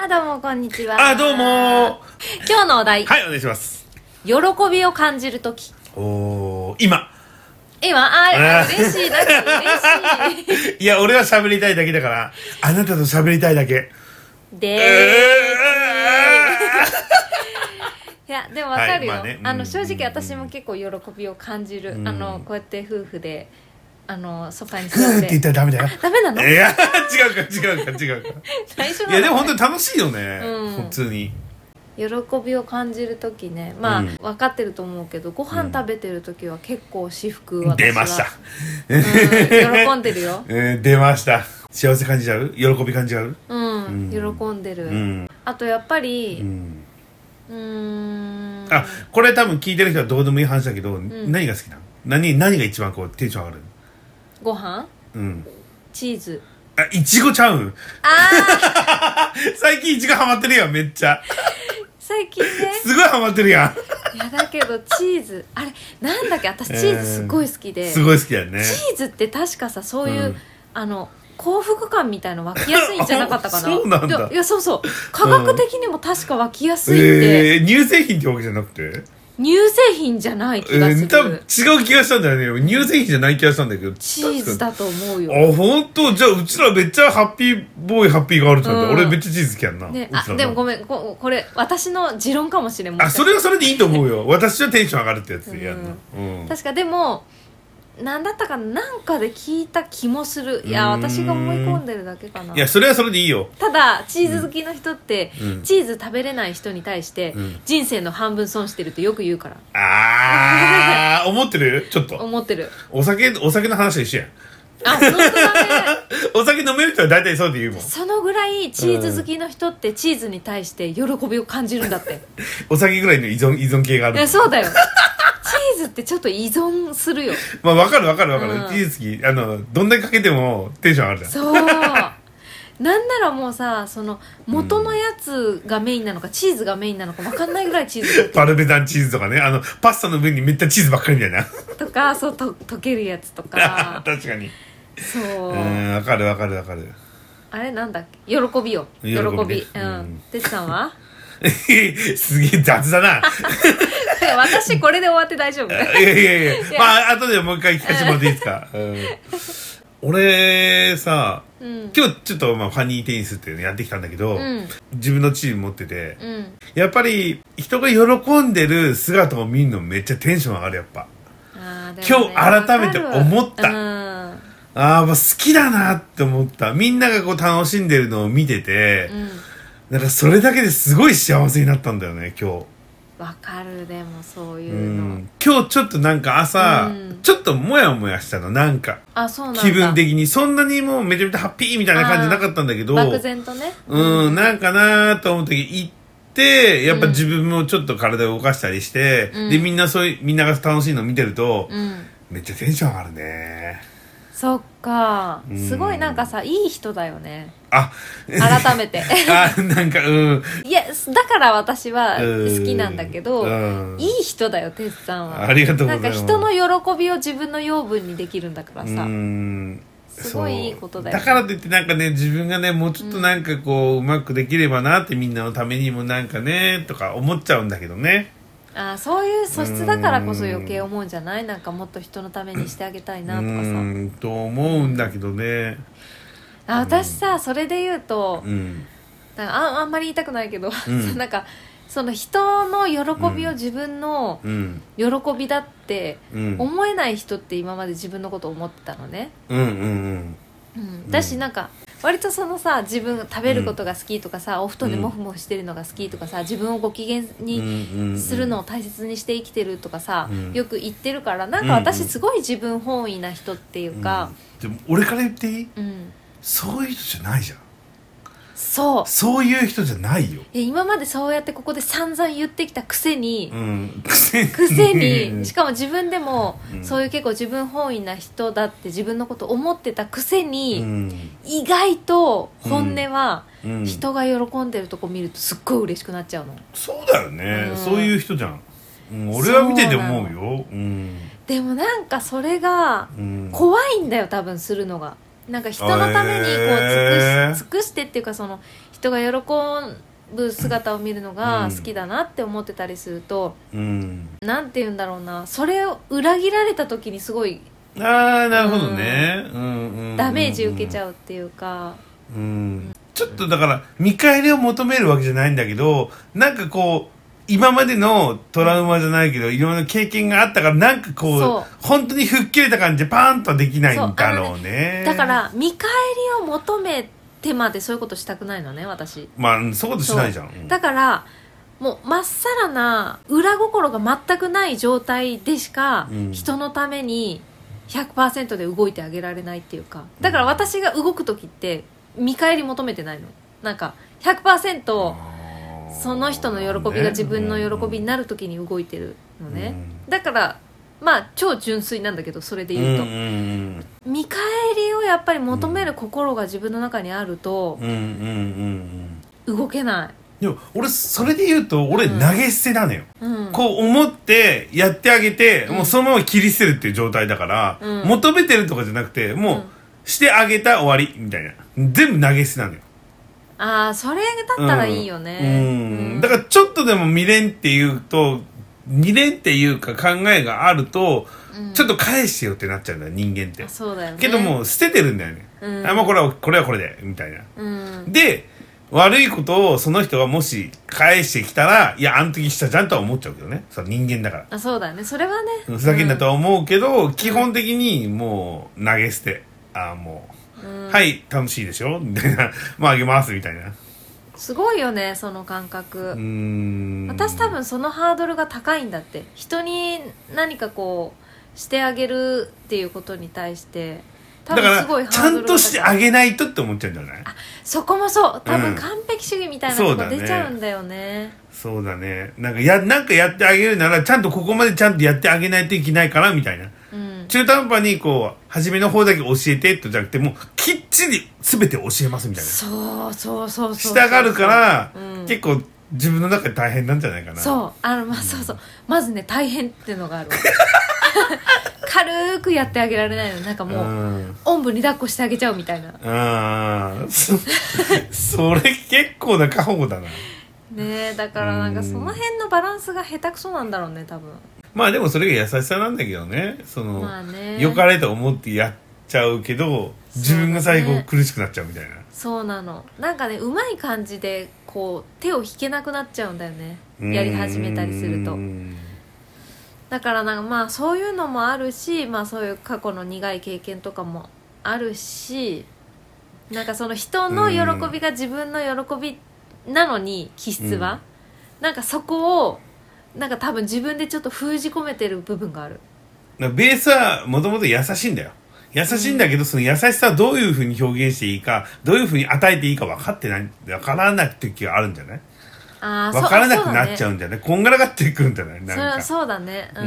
あどうもこんにちはあどうもは今日のお題、いお願いします喜びを感じるときおー今今あああー嬉しいだって嬉しいいや俺は喋りたいだけだからあなたと喋りたいだけでいやでもわかるよ、はいまあねあうのん正直私も結構喜びを感じる、うんあのこうやって夫婦であのソファにふーん座っって言ってたらダメだよダメなのいや違うか違うか違うか最初いやでなもの本当に楽しいよね、うん普通に喜びを感じるときねまあ、うん分かってると思うけどご飯食べてるときは結構私服私は出ました、うん喜んでる よえー出ました幸せ感じちゃう喜び感じちゃううん、うん喜んでる、うん、あとやっぱりうん、うーんあこれ多分聞いてる人はどうでもいい話だけど、ん何が好きなの何何が一番こうテンション上がるご飯うんチーズあいちごちゃうんああ 最近いちごハマってるやんめっちゃ最近ねすごいハマってるや いやだけどチーズあれなんだっけ私チーズすごい好きんで、すごい好きだよねチーズって確かさそういう、うんあの幸福感みたいの湧きやすいんじゃなかったかなあそうなんだいやいやそうそう科学的にも確か湧きやすいって、えー、乳製品ってわけじゃなくて、乳製品じゃないえ気がすー、る、多分違う気がしたんだよね乳製品じゃない気がしたんだけどチーズだと思う確よかにあ本当じゃあうちらめっちゃハッピーボーイハッピーガールちゃんだ、うん俺めっちゃチーズ好きやんな、ね、うちらあのでもごめんここれ私の持論かもしれないあそれはそれでいいと思うよ私はテンション上がるってやつやんな、うん確かでも何だったかななんかで聞いた気もするいうやーん私が思い込んでるだけかないやそれはそれでいいよただチーズ好きの人って、うんチーズ食べれない人に対して、うん人生の半分損してるってよく言うからあー思ってるちょっと思ってるお酒お酒の話と一緒やんあ本当だね お酒飲める人は大体そうで言うもんそのぐらいチーズ好きの人ってチーズに対して喜びを感じるんだってお酒ぐらいの依存依存系があいるやそうだよチーズってちょっと依存するよまあわかるわかるわかる、うんチーズ好きあのどんだけかけてもテンション上がるじゃんそうなんならもうさその元のやつがメインなのか、チーズがメインなのか分かんないぐらいチーズパルメザンチーズとかねあのパスタの上にめっちゃチーズばっかりみたいなとかそうと溶けるやつと か確かにそうう、んわかるわかるわかる あれなんだっけ喜びよ喜び喜びねううんんてつさんは すげえ雑だな私これで終わって大丈夫いやいやいやまあ後でもう一回聞かせてもらっていいですか、うん、俺さうん今日ちょっとまあファニーテニスっていうのやってきたんだけど、うん自分のチーム持ってて、うんやっぱり人が喜んでる姿を見るのめっちゃテンション上がるやっぱあーでもね今日改めて思ったわかるわうんああもう好きだなって思ったみんながこう楽しんでるのを見てて、うんなんかそれだけですごい幸せになったんだよね今わかるでもそう日いううの、ん今日ちょっとなんか朝、うんちょっとモヤモヤしたのなんかあそうなんだ気分的にそんなにもうめちゃめちゃハッピーみたいな感じなかったんだけど漠然とねうん、なんかなーと思う時行って、やっぱ自分もちょっと体を動かしたりして、うんで、みんなそういう、みんなが楽しいの見てると、うんめっちゃテンション上がるね。そっかうんすごいなんかさいい人だよねあ、改めて あ、なんか、うん。いやだから私は好きなんだけどうんいい人だよテスさんはありがとうござないんまかす。人の喜びを自分の養分にできるんだからうさん。すごいいいことだよねそうからといってなんかね、自分がね、もうちょっとなんかこう、うまくできればなってみんなのためにもなんかね、とか思っちゃうんだけどね。あーそういう素質だからこそ余計思うんじゃないなんかもっと人のためにしてあげたいうなとかさん、と思うんだけどね。あ私さそれで言うとうん。なんかああんまり言いたくないけど、う んそうなんかその人の喜びを自分のうん。喜びだってうん。思えない人って今まで自分のことを思ってたのね、うんうんうん、だしなんか割とそのさ自分食べることが好きとかさ、お布団でモフモフしてるのが好きとかさ自分をご機嫌うんにうんうんするのを大切にして生きてるとかさ、うんよく言ってるからなんうんか私すごい自分本位な人っていうか、うん、でも俺から言っていいうんそういう人じゃないじゃんそうそういう人じゃないよえ今までそうやってここで散々言ってきたくせに、うんくせにくせにしかも自分でも、うんそういう結構自分本位な人だって自分のこと思ってたくせに、 うん意外と本音はうん人が喜んでるとこ見るとすっごい嬉しくなっちゃうのそうだよね、うんそういう人じゃん、うん、俺は見てて思うそうようん、でもなんかそれがうん、怖いんだよ多分するのがなんか人のためにこうへ尽ーくし尽くしてっていうかその人が喜ぶ姿を見るのがうん好きだなって思ってたりすると、うんなんて言うんだろうなそれを裏切られた時にすごいああなるほどね、うんうんうんダメージ受けちう、ゃうっていうか、うん、ちょっとだから見返りを求めるわけじゃないんだけどなんかこう今までのトラウマじゃないけどいろんな経験があったからなんかこうそ本当に吹っ切れた感じでパーンとはできないんだろうねだから見返りを求めてまでそういうことしたくないのね私まあうんそういうことしないじゃんうんだからもうまっさらな裏心が全くない状態でしかうん人のために100%で動いてあげられないっていうかだから私が動く時って見返り求めてないのなんか100%その人の喜びが自分の喜びになる時に動いてるのねだからまあ超純粋なんだけどそれでうん言うと、うんうん見返りをやっぱり求める心が自分の中にあるとうんうんうんうん動けなでも俺それで言うと俺うん投げ捨てなのよ、い、うん、こう思ってやってあげて、うんもうそのまま切り捨てるっていう状態だから、うん求めてるとかじゃなくてもう、うんしてあげた終わりみたいな全部投げ捨てなのよああそれだったらいいよね、うんうんだからちょっとでも未練っていうと未練っていうか考えがあるうと、んちょっと返してよってなっちゃうんだよ人間ってあそうだよねけどもう捨ててるんだよね、うんあもうこれはこれはこれでみたいなうんで悪いことをその人がもし返してきたらいやあの時したじゃんとは思っちゃうけどねその人間だからあそうだよねそれはねふざけんなとは思うけど、基本的にもう投げ捨てああもう、うんはい楽しいでしょみたいな まああげますみたいなすごいよねその感覚、うーん私多分そのハードルが高いんだって人に何かこうしてあげるっていうことに対して多だか分すごいらちハゃードんルが高いとしてあげないとって思っちゃうんじゃないそこもそう多うん分完璧主義みたいなそとうこだね出ちゃうんだよね,、そうだねなんかやなんかやってあげるならちゃんとここまでちゃんとやってあげないといけないからみたいなうん中途半端にこう初めの方だけ教えてとじゃなくてもうきっちり全て教えますみたいなそうそうそうそう従うから、うん結構自分の中で大変なんじゃないかなそうあのまあそうそうまずね大変っていうの があるわ軽くやってあげられないのなんかうもう、んおんぶに抱っこしてあげちゃうみたいなねああ、そそれ結構な過保護だな。えだからなんうかんその辺のバランスが下手くそなんだろうね多分まあでもそれが優しさなんだけどね。その、まあね良かれと思ってやっちゃうけど、自分が最そう後だね苦しくなっちゃうみたいな。そうなのなんかねうまい感じでこう手を引けなくなっちゃうんだよねうんやり始めたりするとうんだからなんかまあそういうのもあるしまあそういう過去の苦い経験とかもあるしなんかその人の喜びが自分の喜びなのに気質は、なんかそこをなんか多分自分でちょっと封じ込めてる部分があるだからベースはもともと優しいんだよ。優しいんだけど、その優しさをどういうふうに表現していいか、どういうふうに与えていいか分かってない、分からない時があるんじゃないあー分からなくなっちゃううんじゃない、こんがらがってくるんじゃないそなうんだねか。それはそうだねうん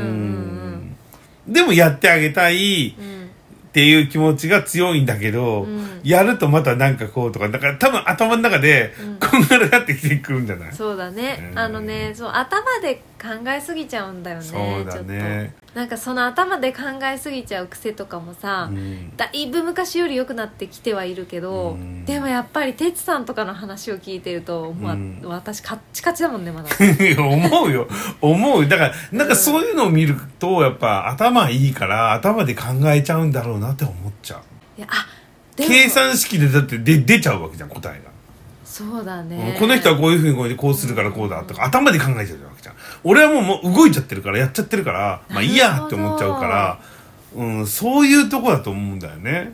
うんでもやってあげたいうんうんっていう気持ちが強いんだけど、うんやるとまたなんかこうとかだから多分頭の中でうんこんがらがってきてくるんじゃない、そうだねうんあのねそう頭で考えすぎちゃうんだよねそうだねちょっとなんかその頭で考えすぎちゃう癖とかもさ、うんだいぶ昔より良くなってきてはいるけど、うんでもやっぱり哲さんとかの話を聞いてると、もううん私カッチカチだもんねまだ 思うよ思うだからなんかそういうのを見るとやっぱ頭いいから頭で考えちゃうんだろうなって思っちゃういやあでも計算式でだってで出ちゃうわけじゃん答えが。そうだね、うんこの人はこういうふうにこうやってこうするからこうだとか、頭で考えちゃうわけじゃん俺はもうもう動いちゃってるからやっちゃってるからまあいいなるやほどって思っちゃうから、うん、そういうとこだと思うんだよね。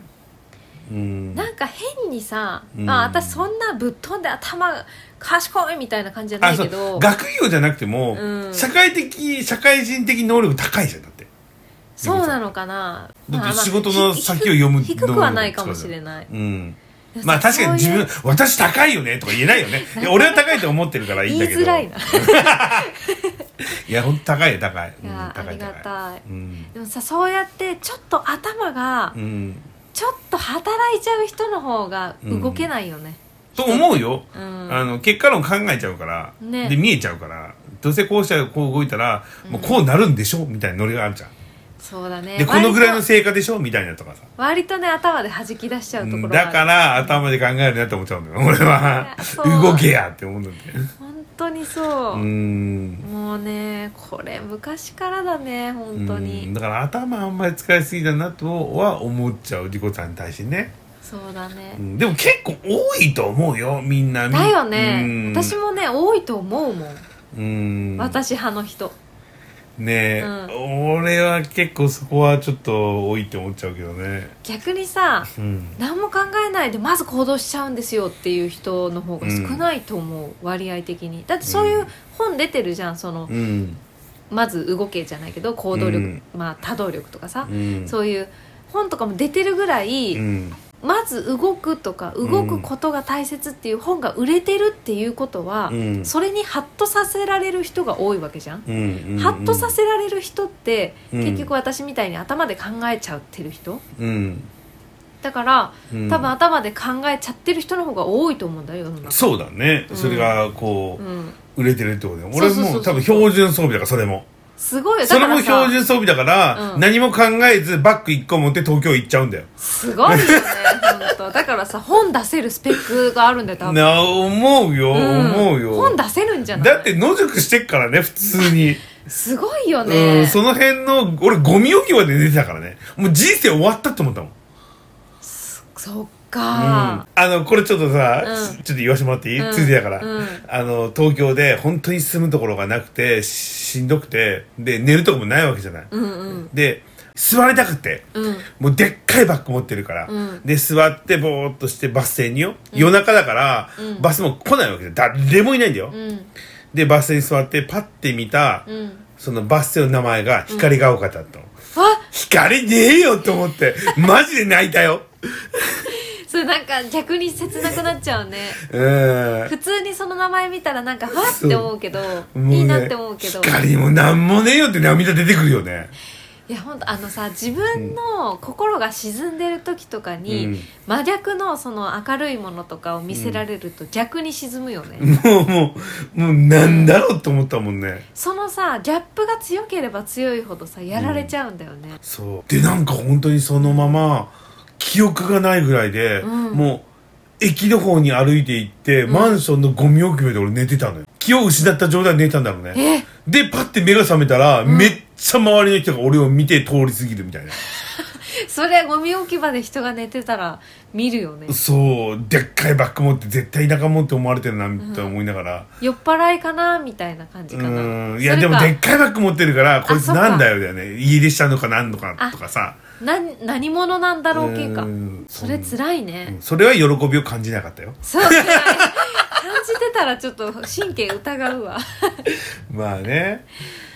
うん、なんか変にさ、うんまあ私そんなぶっ飛んで頭賢いみたいな感じじゃなあいそけうど学業じゃなくても、うん社会的社会人的能力高いじゃんだって。そうなのかなだってまあまあ仕事のひ先を読むひ低くはないかもしれないうんいやまあ確かに自そうい分う私高いよねとか言えない よねいや俺は高いと思ってるからいい言んいだけどづらいないや本当高いよ高いいやうん、高ありがたいうんでもさそうやってちょっと頭がうんちょっと働いちゃう人の方が動けないよねと思うよ、うんあの結果論考えちゃうから、ねで見えちゃうからどうせこうしたらこう動いたら、もうこうなるんでしょみたいなノリがあるじゃんそうだねでこのぐらいの割と成果でしょみたいなとかさ割とね頭で弾き出しちゃうところはあだるから頭で考えるなって思っちゃうんだよ俺はいやそう動けやって思うんだよね本当にそうう、んもうねこれ昔からだね本当うんにだから頭あんまり使いすぎだなとは思っちゃうリコちゃんに対してね、そうだねう、んでも結構多いと思うよみんなみだよね、うん私もね多いと思うもん、うん私派の人ねえ、俺は結構そこはちょっと多いって思っちゃうけどね逆にさうん何も考えないでまず行動しちゃうんですよっていう人の方が少ないと思う、割合的にだってそういう本出てるじゃんその、うんまず動けじゃないけど行動力、うんまあ多動力とかさう、んそういう本とかも出てるぐらい、うんまず動くとか動くことが大切っていう本が売れてるっていうことは、うんそれにハッとさせられる人が多いわけじゃん、うんうんうんハッとさせられる人って、うん結局私みたいに頭で考えちゃってる人うんだからうん多分頭で考えちゃってる人の方が多いと思うんだよ世の中、そうだね、うんそれがこうう、ん、売れてるってことでそ俺うそうそうそうも多分標準装備だからそれもすごいよそだれかもらさ標準装備だから、うん何も考えずバッグ1個持って東京行っちゃうんだよすごいよね本当だからさ本出せるスペックがあるんだよ多分、な思うよ、ん思うよ本出せるんじゃないだって野宿してっからね普 通に、すごいようねんその辺の俺ゴミ置き場で寝てたからねもう人生終わったって思ったもんそっうんか、あのこれちょっとさ、うんちょっと言わしてもらっていい、うんついでだから、うんあの東京で本当に住むところがなくてししんどくてで寝るとこもないわけじゃない、うんうんで座りたくて、うんもうでっかいバッグ持ってるから、うんで座ってぼーっとしてバス停によ夜中だから、うんバスも来ないわけで誰もいないんだよ、うんでバス停に座ってパッて見た、うんそのバス停の名前が光が多かったと、あ光ねえよと思ってマジで泣いたよそれなんか逆に切なくなっちゃうね うん普通にその名前見たらなんかわって思うけどもうねいいなって思うけど光もなんもねえよって涙出てくるよねいや本当あのさ自分の心が沈んでる時とかに、うん真逆のその明るいものとかを見せられると逆に沈むよね、もうもうもうなんだろうと思ったもんねそのさギャップが強ければ強いほどさやられちゃうんだよね、そうでなんか本当にそのまま記憶がないぐらいで、うんもう駅の方に歩いて行って、マンションのゴミ置き場で俺寝てたのよ気を失った状態で寝てたんだろうねえでパッて目が覚めたら、んめっちゃ周りの人が俺を見て通り過ぎるみたいなそれゴミ置き場で人が寝てたら見るよねそうでっかいバッグ持って絶対田舎者って思われてるなって思いながら、酔っ払いかなみたいな感じうかなーんいそやれでかもでっかいバッグ持ってるからこいつそっかなんだよだよね家出したのかなんのかとかさな何者なんだろう系かうんそれ辛いね、それは喜びを感じなかったよそうね感じてたらちょっと神経疑う わまあね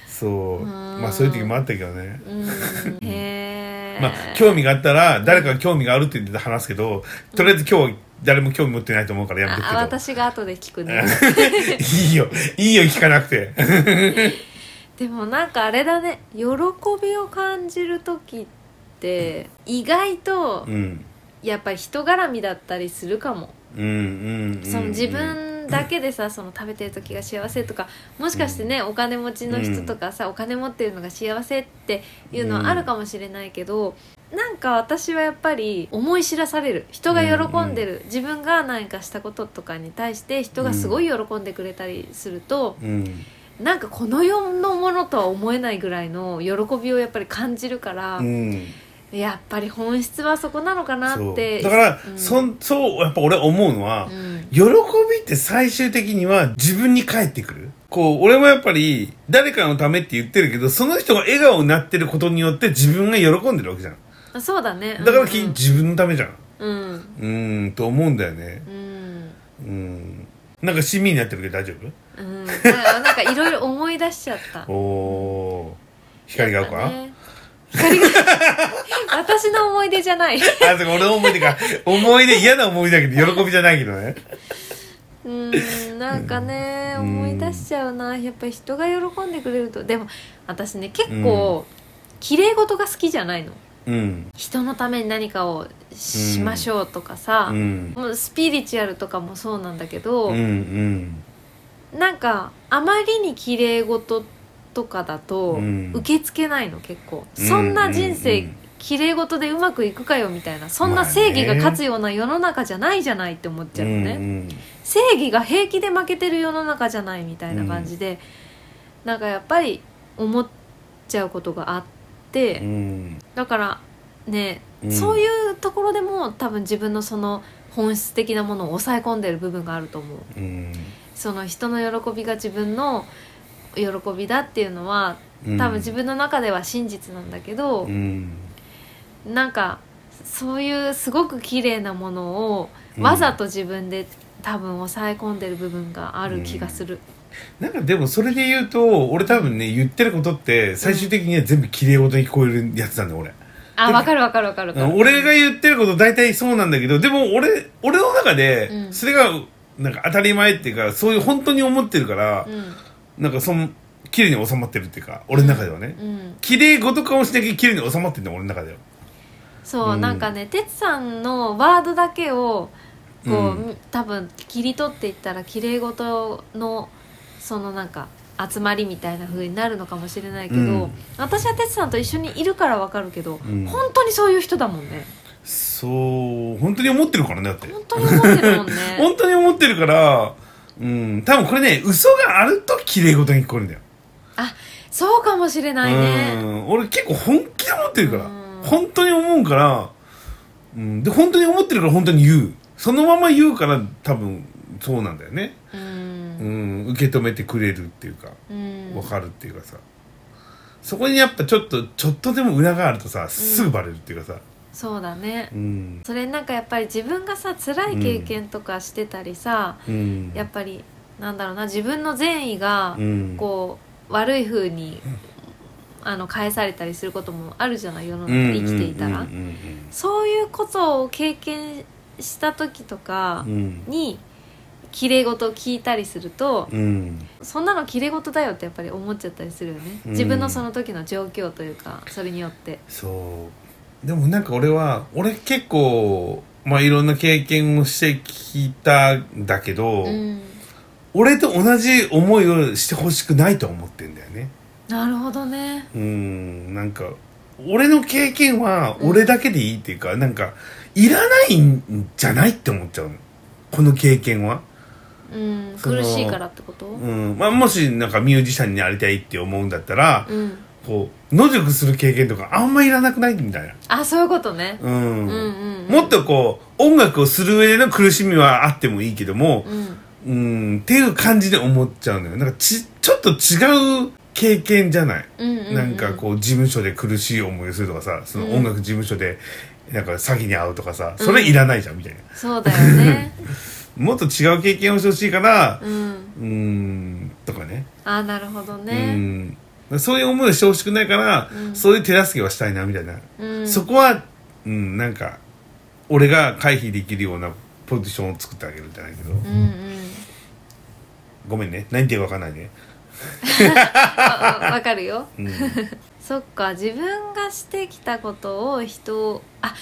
そううーんまあそういう時もあったけどねうんへえ、まあ興味があったら誰かが興味があるって言って話すけどとりあえず今日は誰も興味持ってないと思うからやめてあく私が後で聞くねけどいいよいいよ聞かなくてでもなんかあれだね喜びを感じる時って意外とうんやっぱり人絡みだったりするかも、うんうんうんその自分だけでさその食べてる時が幸せとかもしかしてね、お金持ちの人とかさ、お金持ってるのが幸せっていうのはあるかもしれないけど、なんか私はやっぱり思い知らされる人が喜んでる、自分が何かしたこととかに対して人がすごい喜んでくれたりすると、うんなんかこの世のものとは思えないぐらいの喜びをやっぱり感じるから、うんやっぱり本質はそこなのかなそっうてだから、うんそんそうやっぱ俺思うのは、うん喜びって最終的には自分に返ってくるこう俺もやっぱり誰かのためって言ってるけどその人が笑顔になってることによって自分が喜んでるわけじゃんあそうだねだからき、うん自分のためじゃんうんうーんと思うんだよねうん、うんなんか市民になってるけど大丈うん、だからなんかいろいろ思い出しちゃった夫おー 光が合うか、ね光が 私の思い出じゃないあそうか俺の思い出 か思い出嫌な思い出だけど喜びじゃないけどねうんなんかね、うん思い出しちゃうなやっぱり人が喜んでくれるとでも私ね結構、綺麗事が好きじゃないのうん人のために何かをしましょうとかさ、うんもうスピリチュアルとかもそうなんだけど、うんうんなんかあまりに綺麗事とかだとうん受け付けないの結構うんそんな人うんう生んきれい事でうまくいくかよみたいなそんまあなね正義が勝つような世の中じゃないじゃないって思っちゃうのね、うん正義が平気で負けてる世の中じゃないみたいな感じで、なんかやっぱり思っちゃうことがあって、うんだからね、うんそういうところでも多分自分のその本質的なものを抑え込んでる部分があると思ううんその人の喜びが自分の喜びだっていうのはうん多分自分の中では真実なんだけど、うんなんかそういうすごく綺麗なものをうんわざと自分で多分抑え込んでる部分がある気がする、なんかでもそれで言うと俺多分ね言ってることって最終的には全部綺麗事に聞こえるやつなんだよ俺あわかるわかるわかるわかる俺が言ってること大体そうなんだけどでも俺俺の中うでんそれがなんか当たり前っていうかそういう本当に思ってるからう、んなんかその綺麗に収まってるっていうか俺の中ではね、うん綺麗事かもしれないけど綺麗に収まってんだよ俺の中ではそう、うんなんかね哲さんのワードだけをこう、う多分切り取っていったらきれいごとのそのなんか集まりみたいな風になるのかもしれないけど、うん私は哲さんと一緒にいるからわかるけど、ん本当にそういう人だもんねそう本当に思ってるからねだって本当に思ってるもんね 本当に思ってるからうん多分これね嘘があると綺麗事に聞こえるんだよそうかもしれないねうん俺結構本気で思ってるからうん本当に思うから、うん、で本当に思ってるから本当に言うそのまま言うから多分そうなんだよね、ううんん、受け止めてくれるっていうかうん分かるっていうかさそこにやっぱちょっとちょっとでも裏があるとさすぐバレるっていうかさ、そうだねうんそれなんかやっぱり自分がさ辛い経験とかしてたりさ、うん、やっぱりなんだろうな自分の善意がうんこう悪い風にあの返されたりすることもあるじゃない世のう中んで生きていたうらんうんそういうことを経験した時とかうんにきれい事を聞いたりするとうんそんなのきれい事だよってやっぱり思っちゃったりするよねうん自分のその時の状況というかそれによってそうでもなんか俺は俺結構まあいろんな経験をしてきたんだけど、うん俺と同じ思いをしてほしくないと思ってんだよねなるほどねうんなんか俺の経験は俺だけでいいっていうか、なんかいらないんじゃないって思っちゃうのこの経験は、うんその苦しいからってことうんまあ、もしなんかミュージシャンになりたいって思うんだったら、うんこう野宿する経験とかあんまいらなくないみたいなあそういうことねうん、うんうんうんもっとこう音楽をする上での苦しみはあってもいいけどもうんうんっていう感じで思っちゃうのよなんかちちょっと違う経験じゃない、うんうんうんなんかこう事務所で苦しい思いをするとかさその音楽事務所でなんか詐欺に遭うとかさそれいらないじゃんみたいな、そうだよねもっと違う経験をしてほしいからうんうんとかねあなるほどうねんそういう思いをしてほしくないから、うんそういう手助けはしたいなみたいなうんそこは、うん、なんか俺が回避できるようなポジションを作ってあげるんじゃないけど、うんうんごめんね何言ってるか分かんないね、あわわかるよ うん、そっか自分がしてきたことを人をあ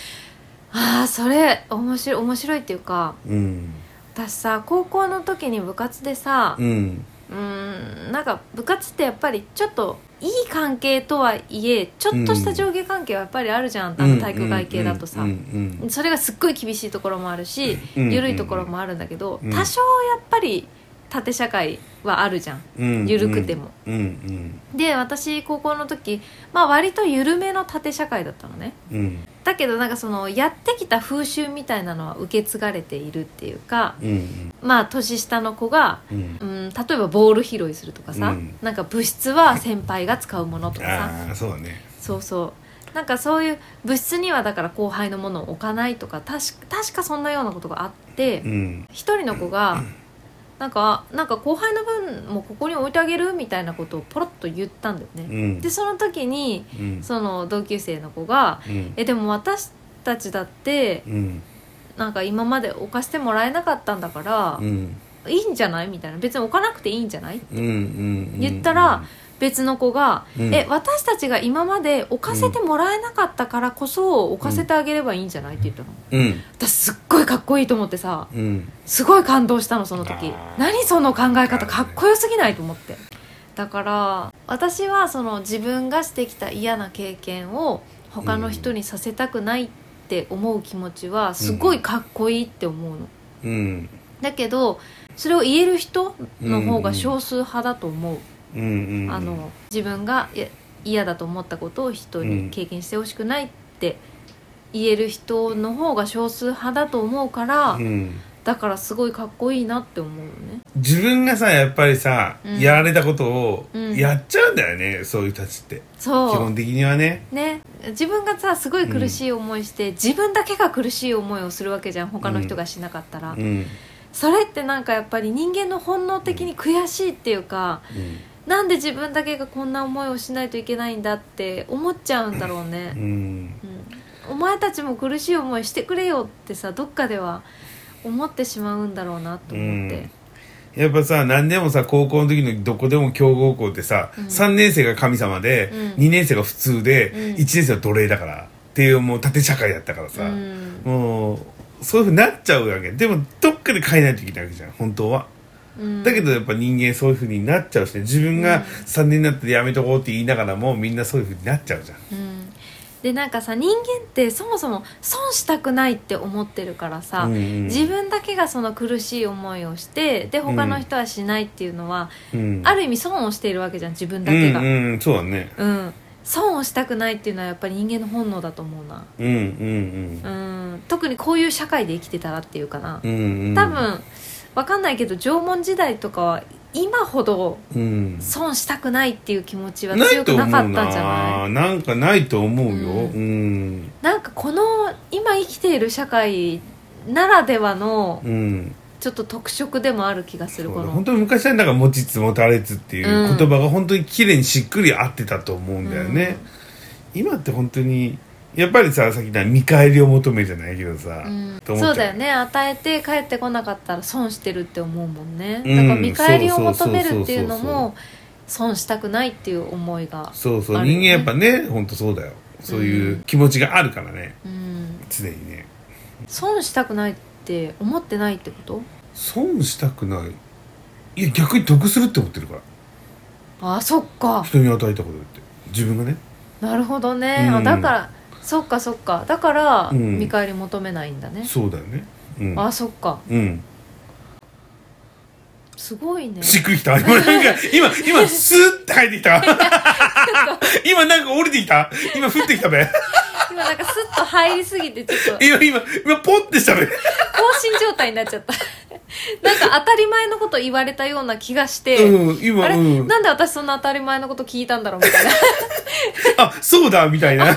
あーそれ面白い面白いっていうかうん私さ高校の時に部活でさうんうーんなんか部活ってやっぱりちょっといい関係とはいえちょっとした上下関係はやっぱりあるじゃん、あの体育会系だとさ、うんうんそれがすっごい厳しいところもあるし、うん緩いところもあるんだけど、うん多少やっぱり縦社会はあるじゃん。うん緩くてもうんうんで私高校の時、まあ、割と緩めの縦社会だったのねうんだけどなんかそのやってきた風習みたいなのは受け継がれているっていうかうんうんまあ年下の子が、うんうん、例えばボール拾いするとかさ、うんなんか物質は先輩が使うものとかさああそうだねそうそうなんかそういう物質にはだから後輩のものを置かないとか確か確かそんなようなことがあってうん一人の子がなんかなんか後輩の分もここに置いてあげるみたいなことをポロッと言ったんだようね。んでその時にうんその同級生の子がう「んえでも私たちだってうんなんか今まで置かしてもらえなかったんだからう、んいいんじゃない?」みたいな「別に置かなくていいんじゃない?」うんうん言ったら別の子が「うんえ私たちが今まで置かせてもらえなかったからこそ置かせてあげればいいんじゃない?」って言ったのうん私すっごいかっこいいと思ってさうんすごい感動したのその時あー何その考え方かっこよすぎないと思ってだから私はその自分がしてきた嫌な経験を他の人にさせたくないって思う気持ちはすごいかっこいいって思うの、うんだけどそれを言える人の方が少数派だと思う、うんうんうんあの自分がいや嫌だと思ったことを人に経験してほしくないって言える人の方が少数派だと思うから、うんだからすごいかっこいいなって思うよね自分がさやっぱりさ、うんやられたことをうんやっちゃうんだよね、そういう人たちって基そ本的にはねうね自分がさすごい苦しい思いして、自分だけが苦しい思いをするわけじゃん他の人がしなかったら、うんそれってなんかやっぱり人間の本能的に悔しいっていうか、なんで自分だけがこんな思いをしないといけないんだって思っちゃうんだろうねうん、うんうんお前たちも苦しい思いしてくれよってさどっかでは思ってしまうんだろうなと思って、やっぱさ何でもさ高校の時のどこでも強豪校ってさ、うん3年生が神様で、うん2年生が普通で、うん1年生は奴隷だからっていうもう縦社会だったからうさ、んもうそういうふうになっちゃうわけでもどっかで変えないといけないわけじゃん本当は。うん、だけどやっぱ人間そういうふうになっちゃうしね自分うんが3年になってやめとこうって言いながらもみんなそういうふうになっちゃうじゃん。うん、でなんかさ人間ってそもそも損したくないって思ってるからさ、うんうん自分だけがその苦しい思いをしてで他の人はしないっていうのは、うん、ある意味損をしているわけじゃん自分だけが、ううんんうんそうだね。損をしたくないっていうのはやっぱり人間の本能だと思うな、うんうんうん、特にこういう社会で生きてたらっていうかなうん。う、んうん、多分わかんないけど縄文時代とかは今ほどうん、損したくないっていう気持ちはない強とく思うなかなったんじゃないなんかないと思ううよ。うん。なんかこの今生きている社会ならではのうん。ちょっと特色でもある気がするそうこだの本当に昔はなんか持ちつ持たれつっていう言葉が本当に綺麗にしっくり合ってたと思うんだよね。今って本当にやっぱりささっき言った見返りを求めるじゃないけどさ、うんと思っちゃそうだよね与えて帰ってこなかったら損してるって思うもんねうんだから見返りを求めるっていうのそうそうそうそうも損したくないっていう思いがそうそう、ある人よ間ねやっぱね本当そうだよそういう気持ちがあるからねうん常にね損したくないって思ってないってこと損したくないいや逆に得するって思ってるからあそっか人に与えたことって自分がねなるほどね、あうんだからそっかそっかだから、うん見返り求めないんだね、そうだよねうんあそっかうんすごいねしっくりきた今なんか今今スーッて入ってき た今なんか降りてきた今降ってきたべ今なんかスッと入りすぎてちょっと今今今ポンってしたべ放心状態になっちゃった なんか当たり前のこと言われたような気がして、うん今 あれ、うんなんで私そんな当たり前のこと聞いたんだろうみたいな あそうだみたいなあ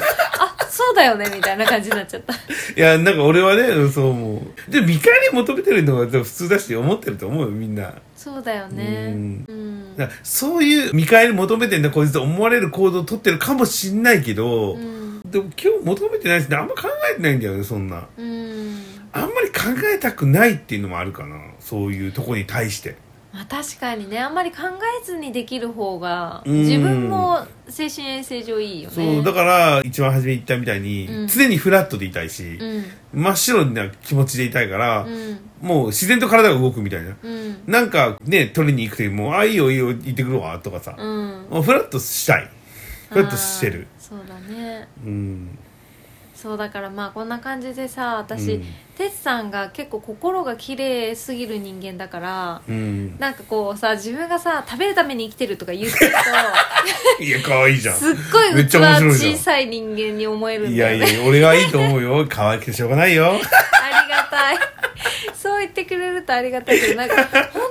そうだよねみたいな感じになっちゃった いや、なんか俺はね、そう思う。で、見返り求めてるのが普通だし、思ってると思うよ、みんな。そうだよねううんん、だからそういう見返り求めてんだ、こいつと思われる行動を取ってるかもしんないけど、うんでも今日求めてないしね、あんま考えてないんだよね、そんな。うんあんまり考えたくないっていうのもあるかな。そういうとこに対して。まあ、確かにねあんまり考えずにできる方がうん自分も精神衛生上いいよねそう、だから、一番初めに言ったみたいに、うん常にフラットでいたいし、うん真っ白な気持ちでいたいから、うんもう自然と体が動くみたいな。うんなんかね、取りに行くときも、あ、いいよいいよ、行ってくるわ、とかさ。うんもうフラットしたいフラットしてるあーそうだねうんそうだからまあこんな感じでさう私んてつさんが結構心が綺麗すぎる人間だからうんなんかこうさ自分がさ食べるために生きてるとか言ってるいや可 愛いじとゃんすっごめいっ器ちゃ面白いじゃん小さい人間に思えるんいだやよいねや俺はいいと思うよ可愛くてしょうがないよありがたい そう言ってくれるとありがたいけどなんか本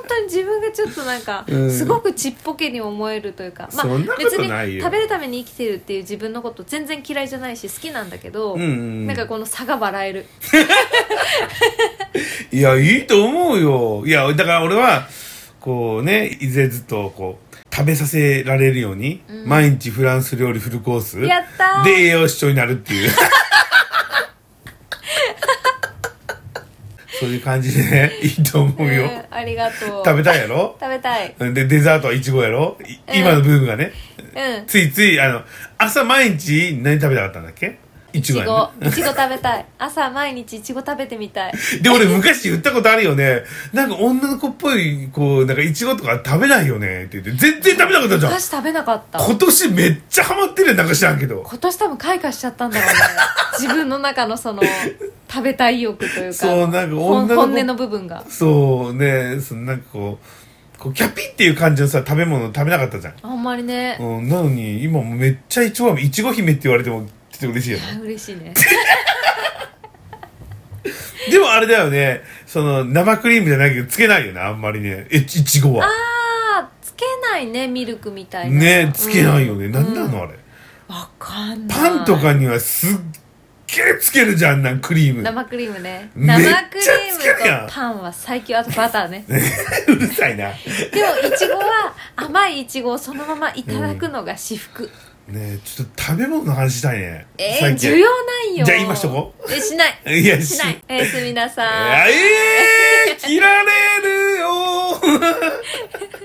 当に自分がちょっとなんかうんすごくちっぽけに思えるというか、まそんなあこ別とにないよ食べるために生きてるっていう自分のこと全然嫌いじゃないし好きなんだけど、うんうんなんかこの差が笑えるいやいいと思うよいやだから俺はこうねいずれずっとこう食べさせられるように、うん毎日フランス料理フルコースやったーで栄養士長になるってい うそういう感じでねいいと思うよ、うんありがとう食べたいやろ食べたいでデザートはいちごやろ、いうん今のブームがねうんついついあの朝毎日何食べたかったんだっけいいちちごごやいちご食べたい朝毎日いちご食べてみたいで俺昔言ったことあるよねなんか女の子っぽいこうなんかいちごとか食べないよねって言って全然食べなかったじゃん菓子食べなかった今年めっちゃハマってるやんなんか知らんけど今年多分開花しちゃったんだろうね自分の中のその食べたい意欲というかそうなんかほん女の子本音の部分がそうねそのなんかこうこうキャピっていう感じのさ食べ物食べなかったじゃん、あんまりね、うん、なのに今もうめっちゃいちごいちご姫って言われてもちょっと嬉しいよねあ嬉しいねでもあれだよねその生クリームじゃないけどつけないよねあんまりねえいちごはあーつけないねミルクみたいなねつけないよね、なんなうのあれわかんないパンとかにはすっげえつけるじゃんなんクリーム生クリームねめっちゃ生クつけるリーやんムとパンは最強あとバター ねうるさいなねでもいちごは甘いいちごをそのままいただくのが至福、えちょっと食べ物の話したいねえー、最近需要ないよじゃあ今しとこうえしないいやしないおやすみなさーいえー、切られるよー